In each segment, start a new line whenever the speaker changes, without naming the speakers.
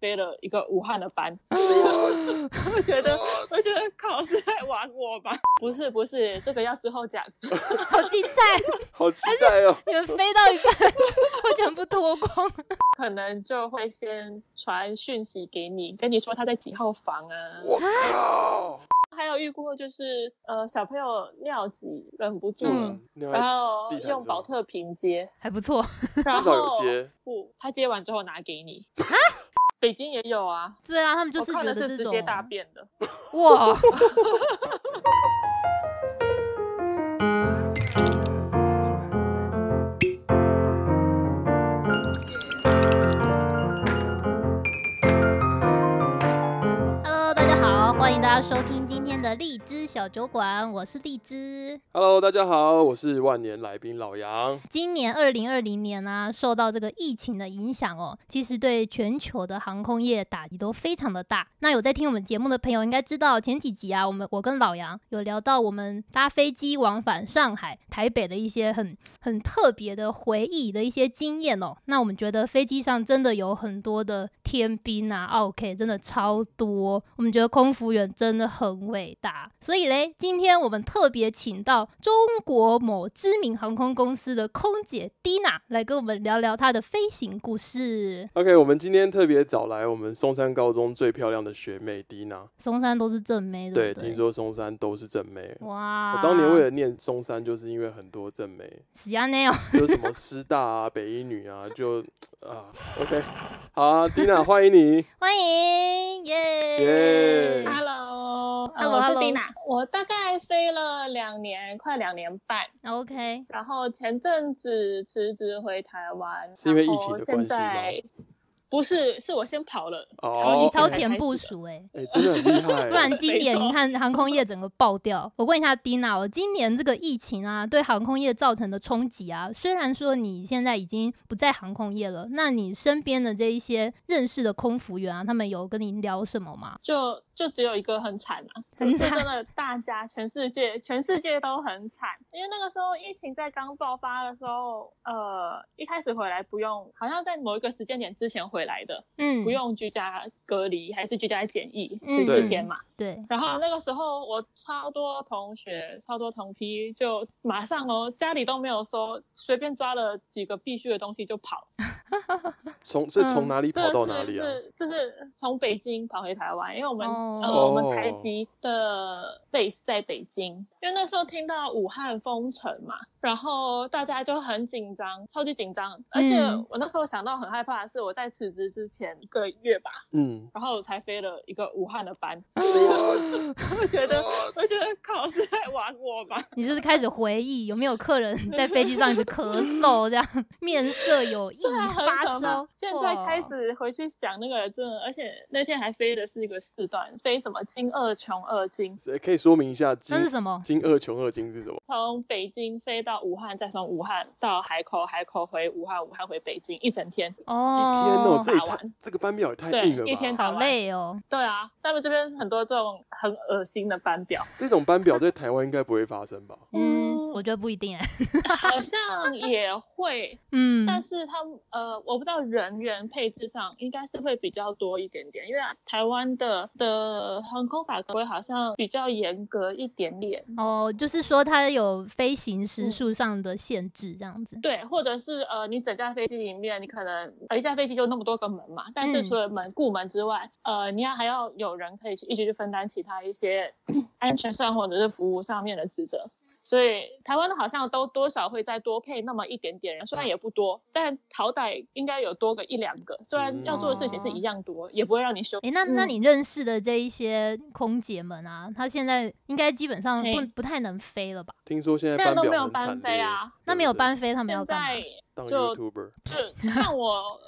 飞了一个武汉的 班，所以我我觉得
啊
我觉得考试在玩我吧？不是不是，这个要之后讲。
好精彩！
好期待哦！
你们飞到一半 会全部脱光，
可能就会先传讯息给你，跟你说他在几号房啊。
我靠！
还有遇过就是呃小朋友尿急忍不住，
嗯
嗯，另外
然后
地毯
用
上
保特瓶 接，
还不错。
然
至少有
后
接
不，他接完之后拿给你。北京也有啊，
对啊，他们就
我
是
看
觉得
的是
这
直
种
接大便的。
哇，Hello，大家好，欢迎大家收听今天的荔枝小酒馆，我是荔枝。
Hello，大家好，我是万年来宾老杨。
今年二零二零年呢、受到这个疫情的影响哦，其实对全球的航空业打击都非常的大。那有在听我们节目的朋友应该知道，前几集啊，我们我跟老杨有聊到我们搭飞机往返上海、台北的一些很很特别的回忆的一些经验哦。那我们觉得飞机上真的有很多的天兵啊、奥 K 真的超多，我们觉得空服员真的很伟大。所以嘞，今天我们特别请到中国某知名航空公司的空姐 Dina 来跟我们聊聊她的飞行故事。
OK，我们今天特别找来我们松山高中最漂亮的学妹蒂娜。
松山都是正妹，
对，
不
听说松山都是正妹。
嗯
我
哇，
当年为了念松山，就是因为很多正妹，
喜安内哦，
就是什么师大啊、北一女啊，就啊，OK，好 啊，蒂娜，欢迎你。
欢迎耶
耶
Hello，呃
Hello，
我是
hello
蒂娜，我大概飞了两年，快两年半，
，OK，
然后前阵子辞职回台湾，
是因为
然
疫情
后
的
现
关系吗
在不是，是我先跑了，
哦，你
哦，
超
才
前
开
部
始的
署哎、
哎，真的很厉 害。
不然今年
没错
你看航空业整个爆掉。我问一下 Dina，我今年这个疫情啊，对航空业造成的冲击啊，虽然说你现在已经不在航空业了，那你身边的这一些认识的空服员啊，他们有跟你聊什么吗？
就就只有一个很惨啊，
很
就真
惨，
的大家全世界全世界都很惨，因为那个时候疫情在刚爆发的时候，呃，一开始回来不用，好像在某一个时间点之前回来的，
嗯，
不，用居家隔离，还是居家检疫
嗯
十四
对
天嘛。
对，
然后那个时候我超多同学、超多同批，就马上哦，家里都没有说，随便抓了几个必须的东西就跑，
从所以从
嗯
哪里
这
跑到
是
哪里啊？
是这是从北京跑回台湾，因为我们、
哦
呃我们台
哦
籍的 base 在北京，因为那时候听到武汉封城嘛，然后大家就很紧张，超级紧张，而且
嗯
我那时候想到很害怕的是，我在辞职之前一个月吧，
嗯，
然后我才飞了一个武汉的班，所以我我觉得我觉得考试在玩我吧，
你就是开始回忆有没有客人 在飞机上一直咳嗽，这样面色有异，
对啊，很
发
可怕
烧。。
现在开
哇，
始回去想那个真的，而且那天还飞的是一个四段，飞什么京二琼二京，
谁可以说明一下金
那是什么？
金二穷二金是什么？
从北京飞到武汉，再从武汉到海口，海口回武汉，武汉回北京，一整天。
一天哦，
哦，
这也
打
太
完
这个班表也太
对
硬了吧！
一天打
好累哦。
对啊，他们这边很多这种很恶心的班表，
这种班表在台湾应该不会发生吧？
嗯，
哦
我觉得不一定哎、
好像也会，
嗯，
但是他们呃，我不知道人员配置上应该是会比较多一点点，因为台湾的的航空法规好像比较严格一点点。
哦，就是说它有飞行时
嗯
数上的限制，这样子。
对，或者是呃，你整架飞机里面，你可能呃一架飞机就那么多个门嘛，但是
嗯
除了门顾门之外，呃，你要还要有人可以去一起去分担其他一些 安全上或者是服务上面的职责。所以台湾的好像都多少会再多配那么一点点人，虽然也不多，但好歹应该有多个一两个。虽然要做的事情是一样多，也不会让你休。
诶，那那
嗯
你认识的这一些空姐们啊，她现在应该基本上不
嘿
不太能飞了吧？
听说现在
现在
班
都
表
没有
很惨
班飞啊
烈
那没有，
对
班飞，他们要
现
干嘛
在？
不对当
就
YouTuber，
就像我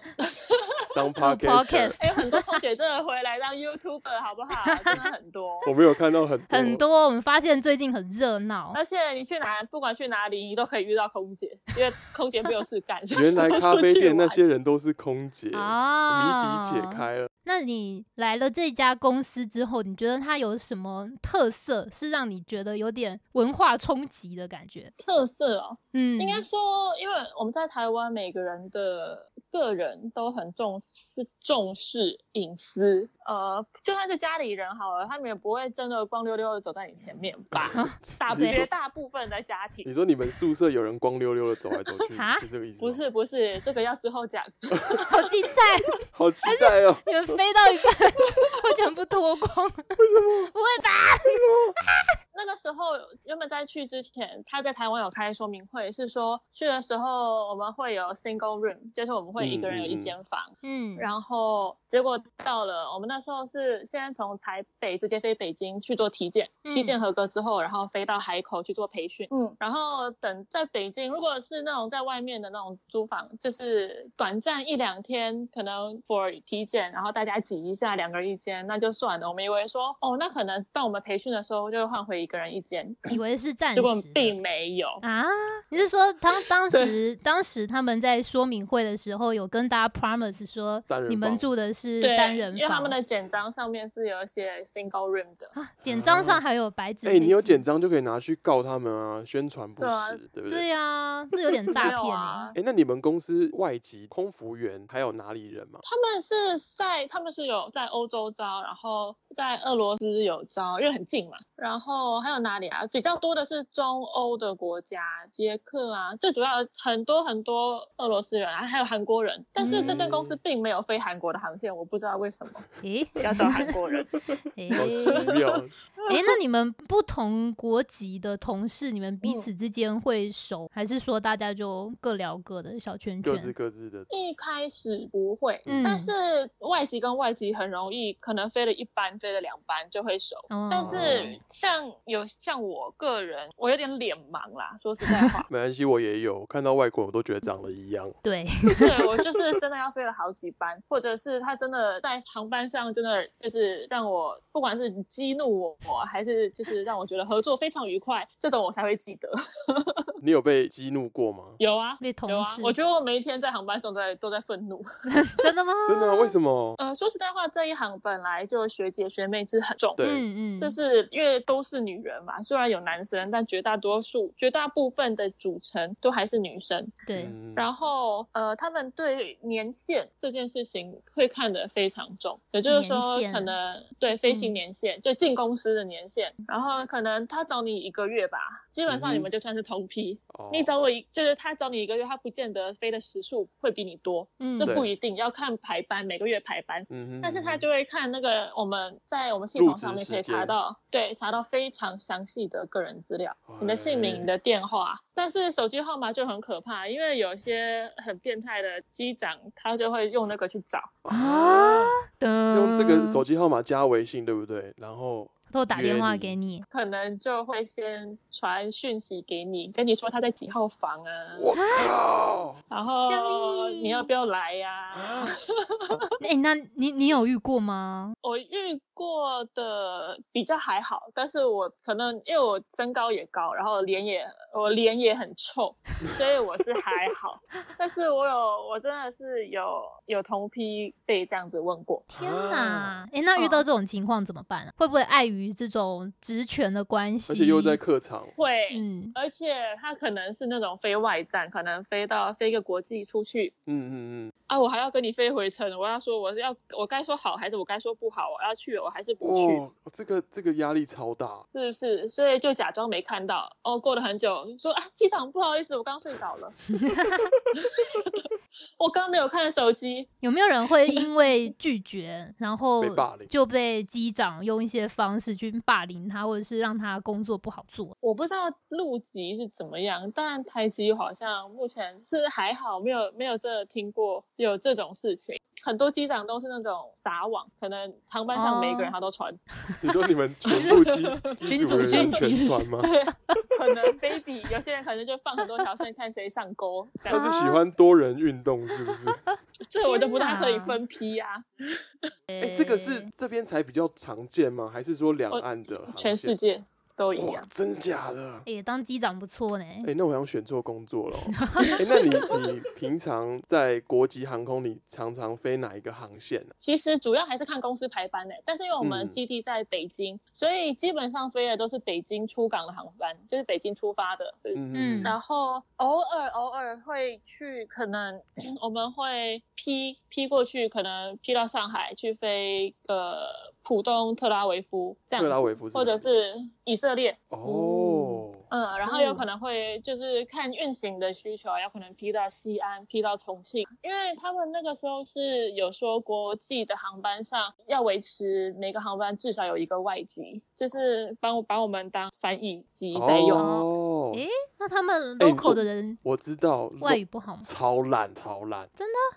当
做
Podcast，
哎，很多空姐真的回来当 YouTuber 好不好？真的很多。
我哎们有看到很
很多，我们发现最近很热闹。
而且你去哪，不管去哪里，你都可以遇到空姐，因为空姐没有事干。
原来咖啡店那
所以都出去玩
些人都是空姐，谜
啊，
底解。开了。
那那你来了这家公司之后，你觉得它有什么特色是让你觉得有点文化冲击的感觉？
特色哦，
嗯，
应该说，因为我们在台湾，每个人的个人都很重视重视隐私。呃，就算是家里人好了，他们也不会真的光溜溜的走在你前面吧？
啊
大
对
绝大部分的家
你
庭
说你们宿舍有人光溜溜的走来走去
哈，
是这个意思？
不，是不是，这个要之后讲。
好精彩！
好期待哦！
哎
你们飞到一半会全部脱光？ 不会吧？
那个时候原本在去之前，他在台湾有开说明会，是说去的时候我们会有 single room，就是我们会一个人有一间房。
嗯，
然后结果到了，我们那时候是先从台北直接飞北京去做体检，
嗯
体检合格之后，然后飞到海口去做培训。嗯，然后等在北京，如果是那种在外面的那种租房，就是短暂一两天，可能 for 体检，然后大家挤一下，两个人一间，那就算了。我们以为说，哦，那可能到我们培训的时候就会换回一个人一间，
以为是暂时
结果
的
并没有。
啊？你是说当当
对
时当时他们在说明会的时候有跟大家 promise 说
单人
你们
房
住的是
对，
单人
因为他们
房
的简章上面是有写 single room 的，
啊？简章上还有白纸
哎、
黑字，
你有简章就可以拿去告他们啊，宣传不
对啊
实，对不
对
对？
呀、啊，这有点诈
没
骗
有
欸
啊。
哎、那你们公司外籍空服员还有哪里人吗？
他们是在他们是有在欧洲招，然后在俄罗斯有招，因为很近嘛。然后还有哪里啊？比较多的是中欧的国家，捷克啊，最主要很多很多俄罗斯人啊，还有韩国人。但是这间公司并没有飞韩国的航线，我不知道为什么
欸诶
要找韩国人。
诶
哎
好奇 妙，
诶，那你们不同国籍的同事，你们彼
嗯
此之间会熟，还是说大家就各聊各的小圈圈
各？自各自的。
一开始不会，
嗯
但是外籍跟外籍很容易，可能飞了一班，飞了两班就会熟。
哦
但是像有像我个人，我有点脸盲啦，说实在话，
没关系，我也有看到外国人，我都觉得长得一样。
对，
对我就是真的要飞了好几班，或者是他真的在航班上真的就是让我不管是激怒我，还是就是让我觉得合作非常愉快，这种我才会记得。
你有被激怒过吗？
有啊，
被同
有啊
事，，
我觉得我每一天在航班上都在都在愤怒。
真的吗？
真的啊、为什么？
呃，说实在话，这一行本来就学姐学妹制很重。
对
嗯嗯，
就是因为都是女人嘛，虽然有男生，但绝大多数、绝大部分的组成都还是女生。
对，
嗯
然后呃，他们对年限这件事情会看得非常重，也就是说
年限，
可能对飞行
嗯
年限，就进公司的年限，然后可能他找你一个月吧，基本上你
嗯哼
们就算是同批。
哦
你找我一，就是他找你一个月，他不见得飞的时数会比你多，
嗯
这
对
不一定要看排班，每个月排班。
嗯哼，
但是他
嗯哼
就会看那个我们在我们系
入
统
职
上面可以
时间
查到，对，查到非常详细的个人资料，你的姓
哎
名、你的电话。但是手机号码就很可怕，因为有些很变态的机长，他就会用那个去找。
啊，嗯
用
用
这个手机号码加微信，对不对？然后
偷打
约
电话
你
给你，
可能就会先传讯息给你，跟你说他在几号房啊，
我靠，
然
香
后
蜜
你要不要来啊呀、
哎、那你你有遇过吗？
我遇过的比较还好，但是我可能因为我身高也高，然后脸也我脸也很臭，所以我是还好。但是我有我真的是有有同批被这样子问过，
天
啊
哪！哎、那遇
哦
到这种情况怎么办、啊？会不会碍于这种职权的关系？
而且又在客场，
会。
嗯，
而且他可能是那种飞外站，可能飞到飞个国际出去
嗯嗯嗯，
啊，我还要跟你飞回程，我要说我要我该说好还是我该说不好，我要去了我还是不去，
哇，这个这个压力超大，
是不是？所以就假装没看到。哦，过了很久，说啊，机长不好意思，我刚睡着了， 我刚没有看手机。
有没有人会因为拒绝，然后
被霸凌
就被机长用一些方式去霸凌他，或者是让他工作不好做？
我不知道陆籍是怎么样，但台籍好像目前是还好，没有没有真的听过有这种事情。很多机长都是那种撒网，可能航班上每
哦
一个人他都传，
你说你们全部 机
群组
人
讯息
神 传吗？
可能 baby 有些人可能就放很多条线看谁上钩，这
他
样
是喜欢多人运动是不是？
这我就不大
天哪
可以分批啊。
哎
哎，这个是这边才比较常见吗？还是说两
我
岸的航
全世
线？
界都一
哇
样，。
真的假的？
哎、当机长不错呢。
哎、那我好像选错工作了哦、哎、那你你平常在国际航空，你常常飞哪一个航线啊呢、
其实主要还是看公司排班呢、欸但是因为我
嗯
们基地在北京，所以基本上飞的都是北京出港的航班，就是北京出发的。对
嗯
嗯
然后偶尔偶尔会去，可能 我们会批批过去，可能批到上海去飞呃浦东特拉维夫这样
特拉
子，
维夫
或者
哪里
是嗯以色列，
哦，
嗯，然后有可能会就是看运行的需求，啊有可能批到西安，批到重庆，因为他们那个时候是有说国际的航班上要维持每个航班至少有一个外籍，就是帮我把我们当翻译机在用。
哦
哎那他们
哎
local
我
的人
我知道
外语不好吗？
超烂超烂。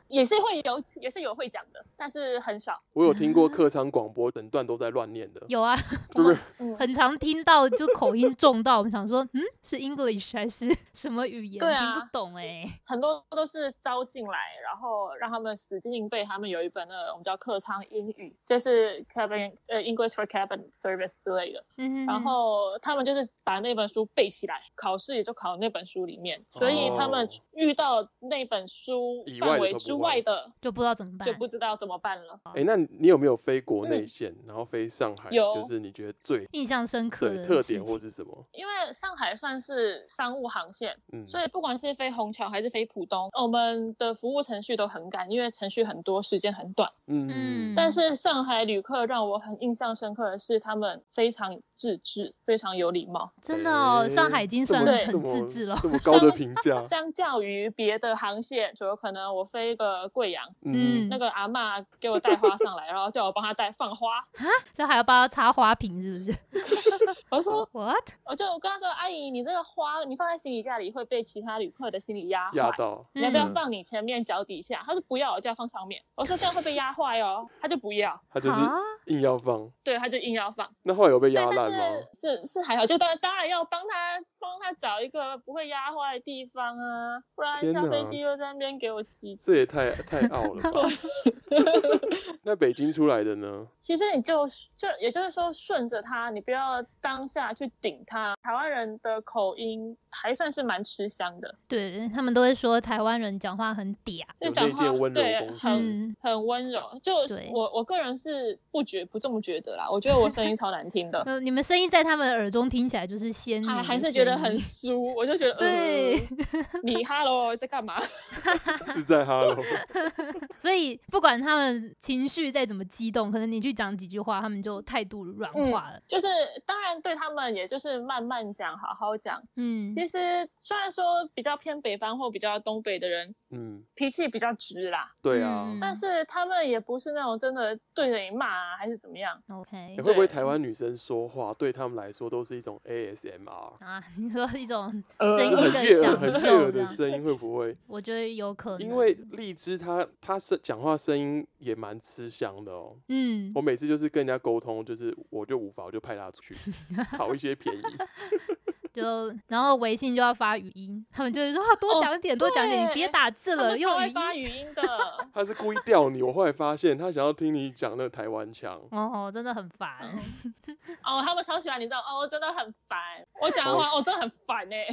也是会有，也是有会讲的，但是很少。
我有听过客舱广播整段都在乱念的，
有啊，
就
我
是
们
嗯，
很常听到就口音重到，我们想说，嗯， 是 English 还是什么语言？
对啊
听不懂哎、
很多都是招进来，然后让他们死记硬背。他们有一本那个我们叫客舱英语，就是 cabin 呃 English for cabin service 之类的。
嗯，
然后他们就是把那本书背起来，考试也就考那本书里面。所以他们
哦
遇到那本书
以外的
范围
都不
之
会
外的，
就不知道怎么办
就。不知道怎么办了。
哎、那你有没有飞国内
嗯
线，然后飞上海？
有
就是你觉得最
印象深刻
对
的
特
事
点或
情
是什么？
因为上海算是商务航线，
嗯，
所以不管是飞虹桥还是飞浦东，我们的服务程序都很赶，因为程序很多，时间很短。
嗯
嗯
但是上海旅客让我很印象深刻的是，他们非常自制，非常有礼貌。
真的哦，
诶
上海已经
这
算
么
对
这
很
么
自制了。
这么高的
相
评 价，
相较于别的航线，就有可能我飞个贵阳，
嗯，
那个阿嬷给我带花上来，然后叫我帮她带放花，
这还要帮他插花瓶，是不是
我
嗯
说
？What？
我就跟她说，阿姨，你这个花你放在行李架里会被其他旅客的行李压
压
坏。
到，
你要不要
嗯
放你前面脚底下？她说不要，我就要放上面。我说这样会被压坏哦，她就不要，
他就是
啊
硬要放。
对，她就硬要放。
那后来有被
对，
压烂
但
吗？
是是是还好，就当当然要帮他帮他找一个不会压坏的地方啊，不然
天
下
哪
飞机又在那边给我急。
这也太太傲了 吧？那北京出来的呢？
其实你就就也就是说顺着他，你不要当下去顶他。台湾人的口音还算是蛮吃香的，
对他们都会说台湾人讲话很嗲，
就
有
讲
内
话
建温柔
对
公司
很。
嗯，
很温柔，就
对
我我个人是不觉不这么觉得啦，我觉得我声音超难 听的，
呃你们声音在他们耳中听起来就是仙女嗯的声
还还
音，
是觉得很酥，我就觉得
对
呃、 你哈喽在干嘛？
是在哈喽，
所以不管他们情绪再怎么激动，可能你去讲几句话，他们就态度软
嗯
化了。
就是当然对他们，也就是慢慢讲，好好讲。
嗯，
其实虽然说比较偏北方或比较东北的人
嗯，
脾气比较直啦，
对啊。
嗯
但是他们也不是那种真的对着你骂啊，还是怎么样。
OK
你会不会
对
台湾女生说话对他们来说都是一种 ASMR，
啊，你说一种
呃
声音
很
的
悦耳
享
很悦
受
耳
这
的
样，
声音会不会？
我觉得有可能，
因为荔枝她她是讲话声音也蛮吃香的哦。
嗯，
我每次就是跟人家沟通，就是我就无法，我就派她 出去讨一些便宜。，
就然后微信就要发语音，他们就会说啊多
哦
讲一点，多讲一点，你
对
别打字
他
了，
们超
用语
会
音。
发语音 的
她是故意吊你，我后来发现她想要听你讲那台湾腔。
哦，真的很烦。
嗯哦，他们超喜欢你知道，哦，真的很烦。我讲的话，我、哦、真的很烦哎、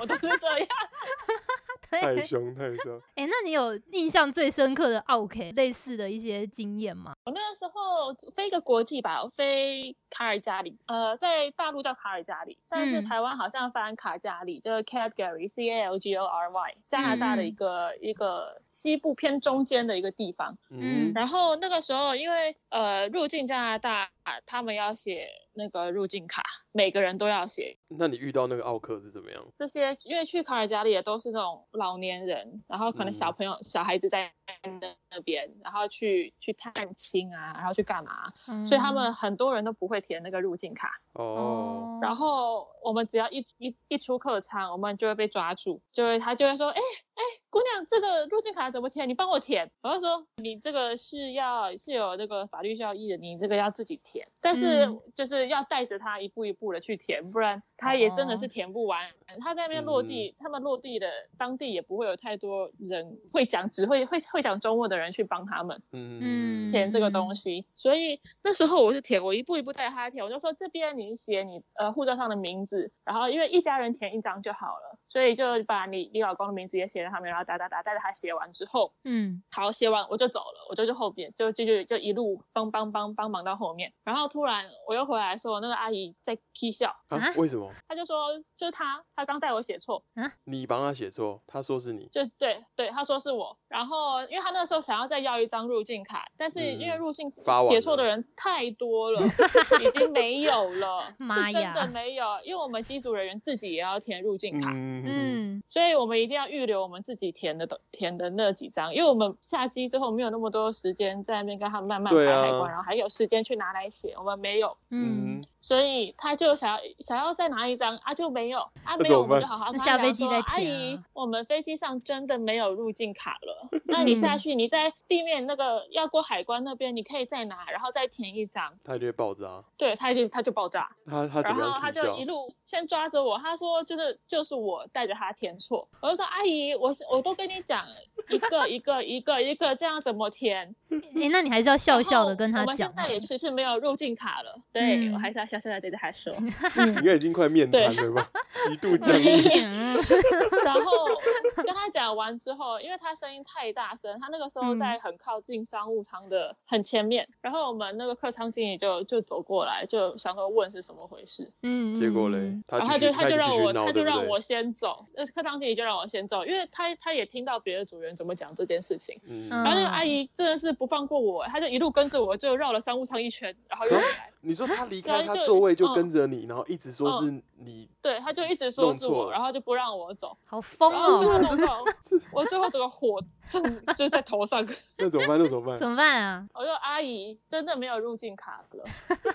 我都是这样。
对，
太凶太凶，
哎、那你有印象最深刻的 OK 类似的一些经验吗？
我那个时候飞一个国际吧，我飞卡尔加里，呃，在大陆叫卡尔加里，但是
嗯
台湾好像翻卡加里，就是 Calgary C A L G O R Y，加拿大的
嗯
一个、一个西部偏中间的一个地方。
嗯
嗯，
然后那个时候，因为呃入境加拿大，他们要写那个入境卡，每个人都要写，
那你遇到那个奥克是怎么样？
这些因为去卡尔加里也都是那种老年人，然后可能小朋友、小孩子在那那边，然后去去探亲啊，然后去干嘛，所以他们很多人都不会填那个入境卡。
嗯
哦，
哦，
然后我们只要一一一出客舱，我们就会被抓住，就会他就会说，哎哎姑娘，这个入境卡怎么填？你帮我填。”我就说：“你这个是要是有那个法律效益的，你这个要自己填，但是
嗯
就是要带着他一步一步的去填，不然他也真的
哦嗯
是填不完。他在那边落地，他们落地的当地也不会有太多人会讲，只会会会讲中文的人去帮他们。”
嗯
填这个东西，所以那时候我是填，我一步一步带他填，我就说这边你写你呃护照上的名字，然后因为一家人填一张就好了，所以就把你你老公的名字也写在上面，然后打打打，带着他写完之后，
嗯
好写完我就走了，我就去后边就就就就一路帮帮帮帮忙到后面，然后突然我又回来的时候，那个阿姨在 k 笑，
啊
啊？
为什么？
她就说就是她，她刚带我写错，
你帮他写错，他说是你。
就对对，他说是我。然后，因为他那时候想要再要一张入境卡，但是因为
嗯
入境
发完
写错的
了
人太多 了，已经没有 了，
妈
是真
呀
的没有。因为我们机组人员自己也要填入境卡，
嗯，
嗯
所以我们一定要预留我们自己填的东填的那几张，因为我们下机之后没有那么多时间在那边跟他们慢慢
对
排
啊
海关，然后还有时间去拿来写，我们没有。
嗯，
所以他就想要想要再拿一张啊，就没有啊，
那
没
怎
有
么
我们
办
就好好
那
跟
下
他
飞
讲
机
说，
再
阿
填
姨
啊，
我们飞机上真的没有入境卡 了，那你
嗯
下去你在地面那个要过海关那边，你可以再拿，然后再填一张。
他就会爆炸。
对，他就他就爆炸，
他他
然
怎么
后
样
他
啼
就
笑
一？路先抓着我，他说就是就是我带着他填错，我就说阿姨，我是我都跟你讲一个一个一个一个这样怎么填，
哎、那你还是要笑笑的跟他
然后我们
讲
现
啊、
在也是是没有入境卡了，对、
嗯
我还是要笑笑的对着他 说。
应该已经快面瘫了吧？ 极度僵硬。
嗯
然后跟他讲完之后，因为他声音太大声，他那个时
嗯
候在很靠近商务舱的很前面，然后我们那个客舱经理就就走过来，就想说问是什么回事，
嗯，
结果嘞
嗯，，
他
然后
继续
就他就
已经
让
继续
我
闹
他就
对不
让
对
我先走，那客舱经理就让我先走，因为他他也听到别的组员怎么讲这件事情。然
嗯，
后那个阿姨真的是不放过我，她就一路跟着我，就绕了商务舱一圈，然后又回来。
你说他离开
然后
他
就
座位就
嗯
跟着你，然后一直说是你，
对，她就一直说
弄
是
错
我，
了
然后就不让我走。
好疯
然后最后
哦，
弄到 我最后整个火 正就在头上。
那怎么办？那怎么
怎
办？
么办啊？
我说阿姨，真的没有入境卡了。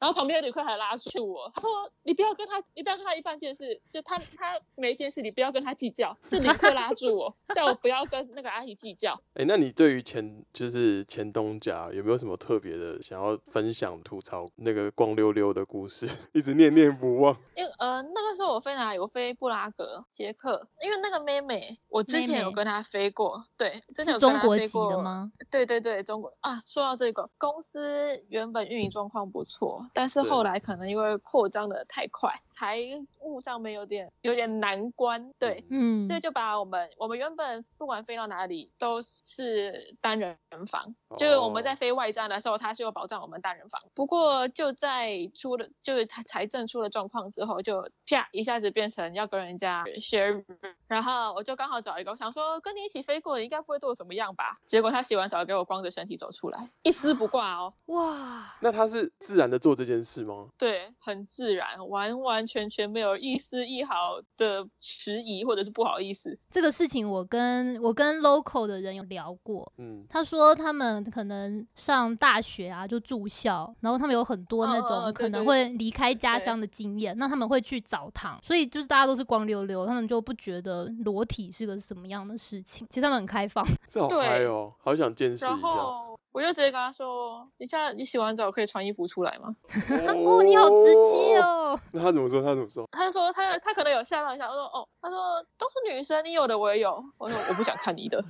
然后旁边的旅客还拉住我，他说：“你不要跟他，你不要跟他一般见识，就他他每一件事你不要跟他计较。”是旅客拉住我，叫我不要跟那个阿姨计较。
哎，那你对于前就是前东家有没有什么特别的想要分享吐槽那个光溜溜的故事， 一直念念不忘？
因为呃那个时候我飞哪里？我飞布拉格、捷克，因为那个妹妹，我之
妹妹
前有跟她飞过，对，之前
是
有跟
中
她
国
飞
籍
过
的？吗？嗯
对对对，中国啊，说到这个，公司原本运营状况不错，但是
对
后来可能因为扩张的太快，财务上面有点有点难关，对，
嗯
所以就把我们我们原本不管飞到哪里都是单人房，
哦
就是我们在飞外站的时候，它是有保障我们单人房。不过就在出了就是它财政出了状况之后，就啪一下子变成要跟人家 share room。然后我就刚好找一个，我想说跟你一起飞过，应该不会对我怎么样吧？结果他洗完澡给我光着身体走出来，一丝不挂哦，
哇，
那他是自然的做这件事吗？
对，很自然，完完全全没有一丝一毫的迟疑或者是不好意思。
这个事情我跟我跟 local 的人有聊过，
嗯，
他说他们可能上大学啊就住校，然后他们有很多那
嗯嗯
种
嗯对
可能
对
会离开家乡的经验，那他们会去澡堂，所以就是大家都是光溜溜，他们就不觉得裸体是个什么样的事情，其实他们很开放。
这好
对
嗨哦，好想见识一
然
下。哦，
后我就直接跟他说：“你现在你洗完澡可以穿衣服出来吗
哦，你好直接。哦，
那他怎么说？他怎么说？”？
他就说他他可能有吓到一下，我说哦，他说都是女生，你有的我也有。我说我不想看你的，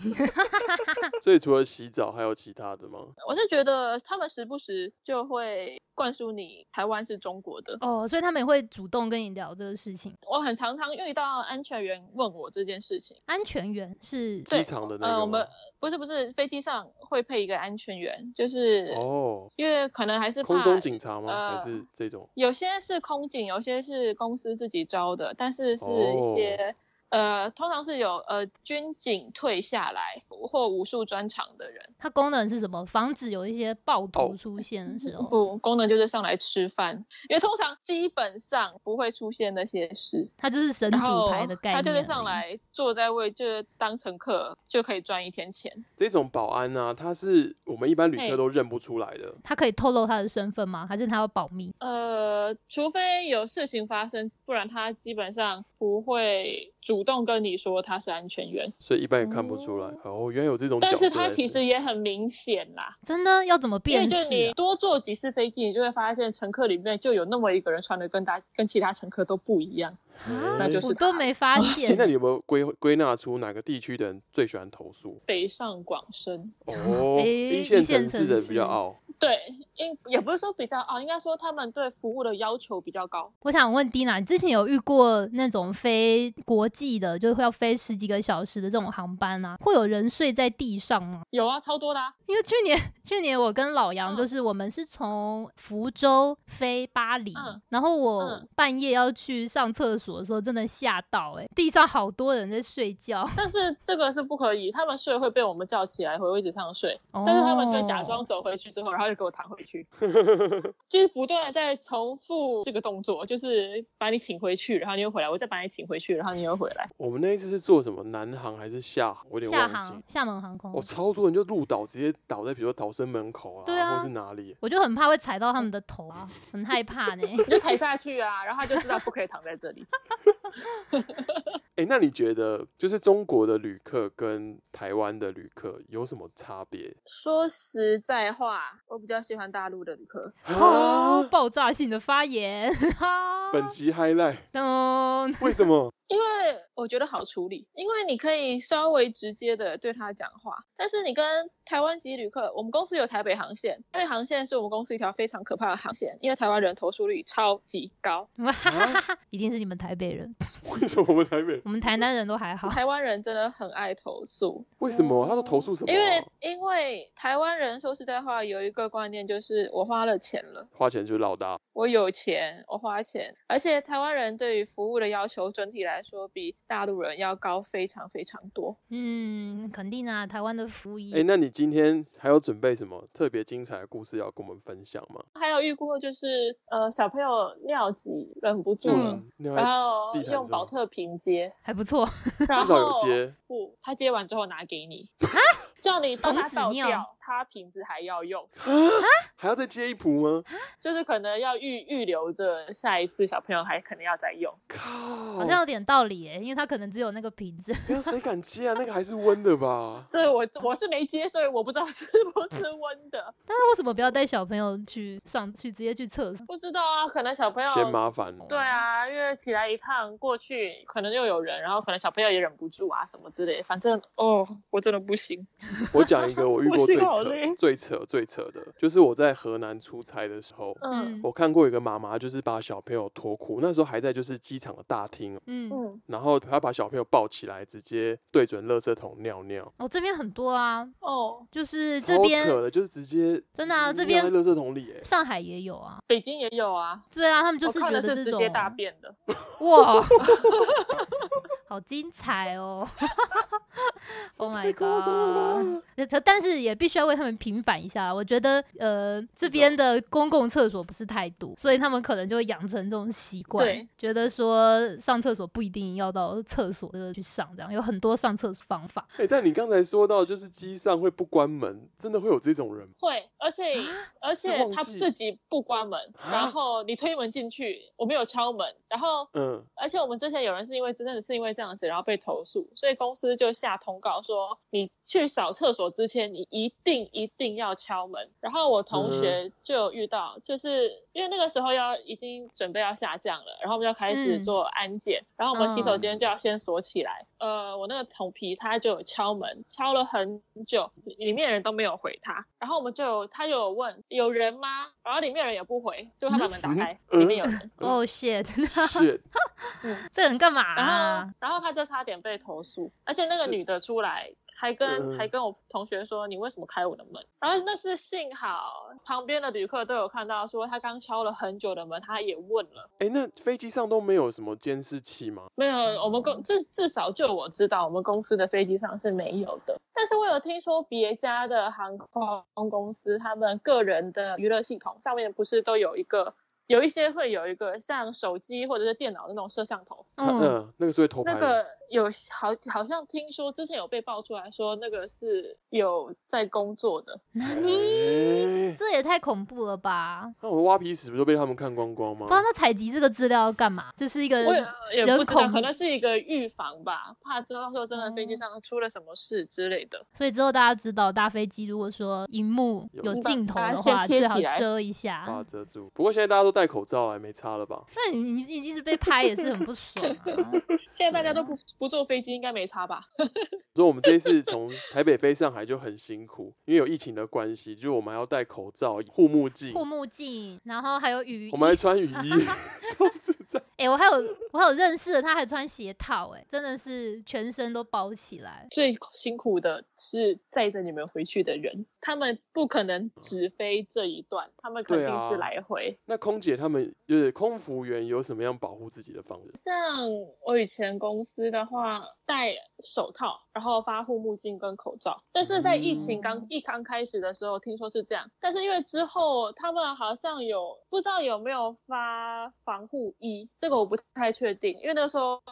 所以除了洗澡，还有其他的吗？
我是觉得他们时不时就会灌输你台湾是中国的。
哦，所以他们也会主动跟你聊这个事情。
我很常常遇到安全员问我这件事情，
安全员是
对
机场的那
呃，
个
我们
吗？
不是不是飞机上会配一个安全员，就是、
哦，
因为可能还是
空
怕
中警察吗？
呃
还是这种？
有些是空警，有些是公司自己招的，但是是
哦
一些、呃，通常是有呃军警退下来或武术专长的人，
它功能是什么？防止有一些暴徒
哦
出现 的时候，
不嗯功能就是上来吃饭，因为通常基本上不会出现那些事。
它就是神
然
主
后
牌的概念
他
而已。
就会上来坐在位，就是当乘客就可以赚一天钱。
这种保安啊，他是我们一般旅
嘿
客都认不出来的。
他可以透露他的身份吗？还是他要保密？
呃，除非有事情发生，不然他基本上不会主主动跟你说他是安全员，
所以一般也看不出来。哦，原来有这种角
但
色在这
是
里，
他其实也很明显啦，
真的要怎么
因为
辨
就
识
你
啊、
多坐几次飞机，你就会发现乘客里面就有那么一个人穿的跟大跟其他乘客都不一样。
哎
那就是
啊我都
他
没发
哎
现
那。你有没有归归纳出哪个地区的人最喜欢投 诉？
北上广深，
哦，
哎
一
一
线
线
城市的
城
人比
市
较傲，
对，应也不是说比较啊，应该说他们对服务的要求比较高。
我想问 Dina，你之前有遇过那种飞国际的，就是要飞十几个小时的这种航班啊，会有人睡在地上吗？
有啊，超多的、啊。
因为去年去年我跟老杨
嗯
就是我们是从福州飞巴黎，
嗯
然后我
嗯
半夜要去上厕所的时候，真的吓到哎、欸地上好多人在睡觉，
但是这个是不可以，他们睡会被我们叫起来回位置上睡，但是他们就会假
哦
装走回去之后，然后就给我躺回 去，就是不断的在重复这个动作，就是把你请回去，然后你又回来，我再把你请回去，然后你又回来。
我们那一次是坐什么南航还是厦航？我有
厦
点忘
航
记。
厦门航空。
哦，超多人就路倒，直接倒在比如说逃生门口
对
啊，
啊
或是哪里。
我就很怕会踩到他们的头啊，很害怕 呢。
你就踩下去啊，然后他就知道不可以躺在这里。
哎，那你觉得就是中国的旅客跟台湾的旅客有什么差别？
说实在话，我比较喜欢大陆的旅客。
哦，爆炸性的发言，哈
啊本集 highlight
噔，
为什么？
因为我觉得好处理，因为你可以稍微直接的对他讲话。但是你跟台湾籍旅客，我们公司有台北航线，台北航线是我们公司一条非常可怕的航线，因为台湾人投诉率超级高，
啊
一定是你们台北人，
为什么我们台北？
我们台南人都还 好。
台湾人真的很爱投诉，
为什么他都投诉什么
因
啊？
为因为台湾人说实在话有一个观念就是我花了钱了。
花钱就是老大，
我有钱，我花钱，而且台湾人对于服务的要求整体来说比大陆人要高非常非常多。
嗯，肯定啊，台湾的服役。
哎、那你今天还有准备什么特别精彩的故事要跟我们分享吗？
还有遇过就是呃小朋友尿急忍不住了，
嗯，
你
然
还
后
地毯
用
上
保特瓶接，
还不错，
然
至少
后
有接，
不，他接完之后拿给你，叫你帮
童
他
子
倒
尿
掉，他瓶子还要用，
还要再接一谱吗？
就是可能要预预留着下一次小朋友还可能要再用。
靠，
好
哦
像有点道理耶，因为他可能只有那个瓶子。
不要谁敢接啊？那个还是温的吧？
这我我是没接，所以我不知道是 不是温的。
但是为什么不要带小朋友去上去直接去厕所？
不知道啊，可能小朋友
哦
嫌麻烦。
对啊，因为起来一趟过去，可能又有人，然后可能小朋友也忍不住啊什么之类的。反正哦，我真的不行。
我讲一个我遇过
我
最
心好
扯、
累
最扯、最扯的，就是我在河南出差的时候，
嗯
我看过一个妈妈，就是把小朋友脱裤，那时候还在就是机场的大厅，哦
嗯，
嗯，
然后她把小朋友抱起来，直接对准垃圾桶尿尿，
哦，这边很多啊，
哦，
就是这
超
边
扯的，就是直接
真的啊这
尿在
边
垃圾桶里、欸，
上海也有啊。
北京也有啊，
对啊，他们就
我
是
看
觉
的
得
是
这
直
种
接大便的。
哇，好精彩哦 ！Oh my
夸张了
god！但但是也必须要为他们平反一下啦。我觉得，呃，
哦
这边的公共厕所不是太多，所以他们可能就会养成这种习惯
对，
觉得说上厕所不一定要到厕所的去上，这样有很多上厕所方法。
哎、但你刚才说到就是机上会不关门，真的会有这种人吗？
会，而且
啊
而且
忘
他
记
自己不关门，
啊
然后你推门进去，我没有敲门，然后
嗯，
而且我们之前有人是因为真的是因为这样子，然后被投诉，所以公司就下通告说，你去扫厕所之前，你一定一定要敲门。然后我
嗯
同学就有遇到，就是因为那个时候要已经准备要下降了，然后我们就开始
嗯
做安检，然后我们洗手
嗯
间就要先锁起来。呃，我那个同皮他就有敲门，敲了很久，里面人都没有回他，然后我们就有他就有问有人吗？然后里面人也不回，就他把门打开，
嗯
里面有人。
哦、oh、，shit！
是
这人干嘛、
然
啊
后？，然后他就差点被投诉，而且那个
是
女的出来还跟、
嗯
还跟我同学说：“你为什么开我的门？”然后那是幸好旁边的旅客都有看到，说他刚敲了很久的门，他也问了，
哎、那飞机上都没有什么监视 器吗？
没有。我们
嗯
公至至少就我知道，我们公司的飞机上是没有的。但是我有听说别家的航空公司，他们个人的娱乐系统上面不是都有一个。有一些会有一个像手机或者是电脑的那种摄像头，
他嗯、
嗯，
那个是会偷拍
那
的。
个有好好像听说之前有被爆出来说那个是有在工作的，
那你
哎
这也太恐怖了吧？
那我的挖鼻屎不都被他们看光光吗
不知？道那采集这个资料要干嘛？这是一个
我也也不知道，
人呃恐
可能是一个预防吧，怕知道说真的飞机上出了什么事之类的。
所以之后大家知道，大飞机如果说荧幕
有
有镜头
把
的
它先
话，
贴
最好
起来哦
遮一
把它
啊
下。
遮住。不过现在大家都戴口罩了，也没差了吧？
那你你你一直被拍也是很不爽 啊。
现在大家都不不坐飞机，应该没差吧？
所以我们这一 次从台北飞上海就很辛苦，因为有疫情的关系，就是我们还要戴口罩、护目镜，
护目镜，然后还有雨衣
我。们还穿雨衣， 超自在。
哎、我还有我还有认识的，他还穿鞋套、哎，真的是全身都包起来。
最辛苦的是载着你们回去的人，他们不可能只飞这一段，他们肯
对
定
啊
是来回。
那空姐他们就是空服员有什么样保护自己的方式？
像我以前公司的话，戴手套，然后发护目镜跟口罩。但是在疫情刚、
嗯
一刚开始的时候，听说是这样。但是因为之后他们好像有不知道有没有发防护衣，这个我不太确定，因为那时候。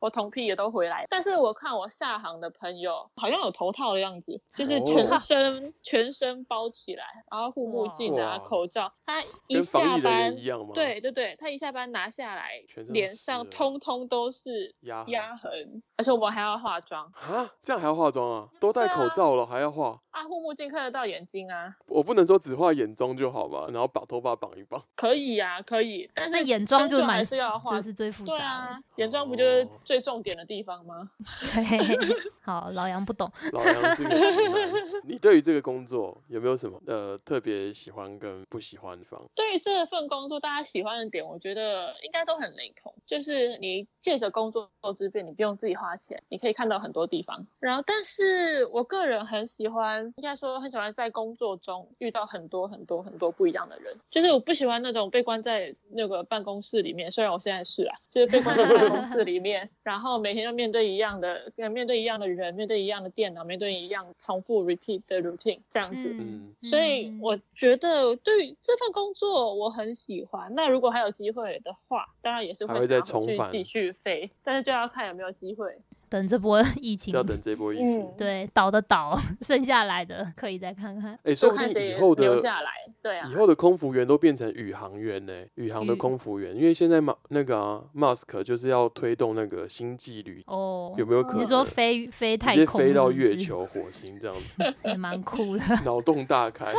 我同批也都回来，但是我看我下行的朋友好像有头套的样子，就是
哦
全身、全身包起来，然后护目镜啊、
哇
口罩，他一
跟防
下
疫人
班
员一样吗？
对对对，他一下班拿下来
全，身都
脸
湿
上
了
通通都是
压痕
压痕，而且我们还要化妆
啊，这样还要化妆啊？都戴
对啊
口罩了还要化？
啊，护目镜看得到眼睛啊，
我不能说只画眼妆就好吧，然后把头发绑一绑。
可以啊，可以，但
那
是
眼妆就
终究
蛮
还是要化，
就是最复
对
杂
啊
的。，
眼妆不就是
哦
最重点的地方吗？
对，好，老杨不懂。
老杨是个直男。你对于这个工作有没有什么呃特别喜欢跟不喜欢的地方？
对于这份工作，大家喜欢的点，我觉得应该都很雷同。就是你借着工作之便，你不用自己花钱，你可以看到很多地方。然后，但是我个人很喜欢，应该说很喜欢在工作中遇到很多很多很多不一样的人。就是我不喜欢那种被关在那个办公室里面，虽然我现在是啊，就是被关在办公室里面， 然后每天都面对一样的，呃面对一样的人，面对一样的电脑，面对一样重复 repeat 的 routine 这样子。
嗯，
所以
嗯
我觉得对于这份工作我很喜欢。那如果还有机会的话，当然也是
还
会
会再
想要
重
去
返
继续飞，但是就要看有没有机会。
等这波 疫情
就要等这波疫情。
嗯
对倒的倒，剩下来的可以再看看。
哎、
就
说不
看
定
谁
以后的
留下来。对啊
以，后的空服员都变成宇航员呢、宇航的
嗯
空服员，因为现在马那个啊，Musk 就是要推动那个星际旅，
哦，
有没有可能？
你说飞飞太
直接
空
飞到
是不
月
是，
球、火 星这样子，
也蛮酷的。
脑洞大开。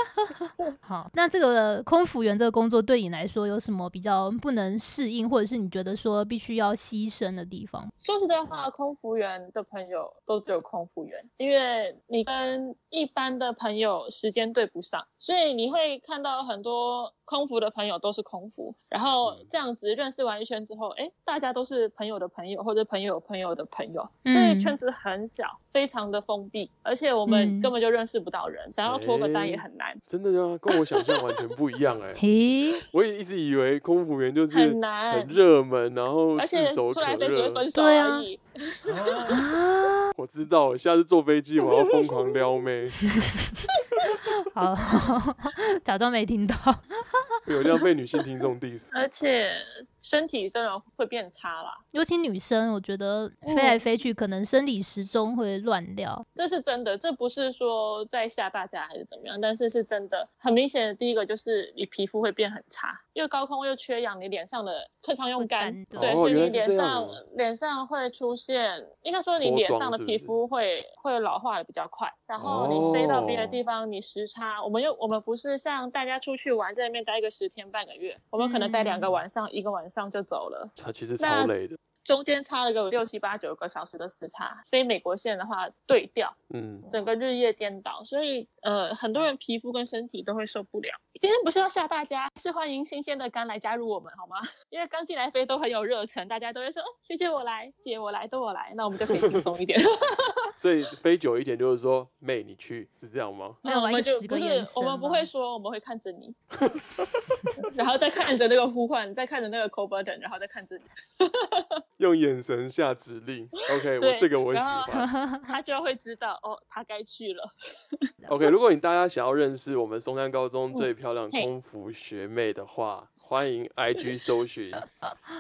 好，那这个空服员这个工作对你来说有什么比较不能适应，或者是你觉得说必须要牺牲的地 方？
说实在话，空服员的朋友都只有空服员，因为你跟一般的朋友时间对不上，所以你会看到很多空服的朋友都是空服，然后
嗯
这样子认识完一圈之后，哎，大家都是朋友的朋友，或者朋友朋友的朋友，所以
嗯
圈子很小，非常的封闭，而且我们
嗯
根本就认识不到人，想要脱个单也很难，
真的啊，跟我想象完全不一样哎、
嘿，
我也一直以为空服员就是
很难
很热门，然后
而且
炙手
出
可
来飞只会
热
分。手
对啊
而已。
啊，
我知道，下次坐飞机我要疯狂撩妹，
好，假装没听到。
有这样被女性听 众 diss。
而且身体真的会变差啦，
尤其女生，我觉得
哦
飞来飞去，可能生理时钟会乱掉。
这是真的，这不是说在吓大家还是怎么样，但是是真的。很明显的，第一个就是你皮肤会变很差，因为高空又缺氧，你脸上的特常用
会
干
干，
对，
哦
所以
原
你
来是
脸
这样
上
啊
脸上会出现，应该说你
脱
脸
妆
上的
是不
皮
是
肤会会老化的比较快，然后你飞到别的
哦
地方，你时差，我们又我们不是像大家出去玩，在那边待个十天半个月，我们可能待两个
嗯
晚上，一个晚上就走了。
他其实
那
超累的，
中间差了个六七八九个小时的时差，飞美国线的话对调，
嗯，
整个日夜颠倒，所以呃，很多人皮肤跟身体都会受不了。今天不是要吓大家，是欢迎新鲜的肝来加入我们好吗？ 因为刚进来飞都很有热忱，大家都会说、哦、学姐我来，姐我来，都我来，那我们就可以轻松一点。
所以飞久一点就是说，妹你去是这样吗？
没有
我
一个
们就
十
不
个
是
眼
我
神
们不
吗
会说，我们会看着你， 然后再看着那个呼唤，再看着那个 call button，然后再看着你。
用眼神下指令。OK，
对
我这个我也喜
然后
欢。
他就会知道哦，他该去了。
OK，如果你大家想要认识我们松山高中最漂亮
嗯嘿
空服学妹的 话，欢迎 IG 搜寻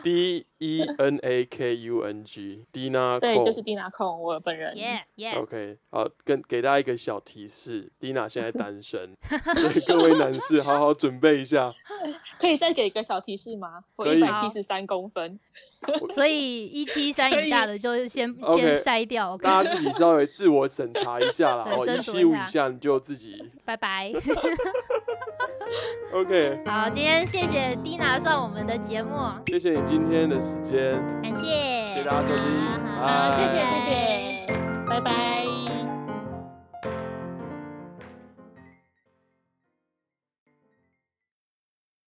D E N A K U N G Dina
对，就是
Kong
Dina 控，我本人。
耶耶，
OK，好，跟给大家一个小提示，Dina 现在单身， 所以各位男士好好准备一下。
可以再给一个小提示吗？我
可
一
以
百七十三公分，
所以一七三以下的就 先
可以
先
OK
筛掉，OK，，
大家自己稍微自我审查一下啦
对
哦，
斟
一
酌
七
一
五
下
以下你就自己
拜拜。
OK。
好，今天谢谢 Dina 上我们的节目，
谢谢你今天的时间，
感谢，
谢谢大家收听
好好
拜
谢谢谢谢。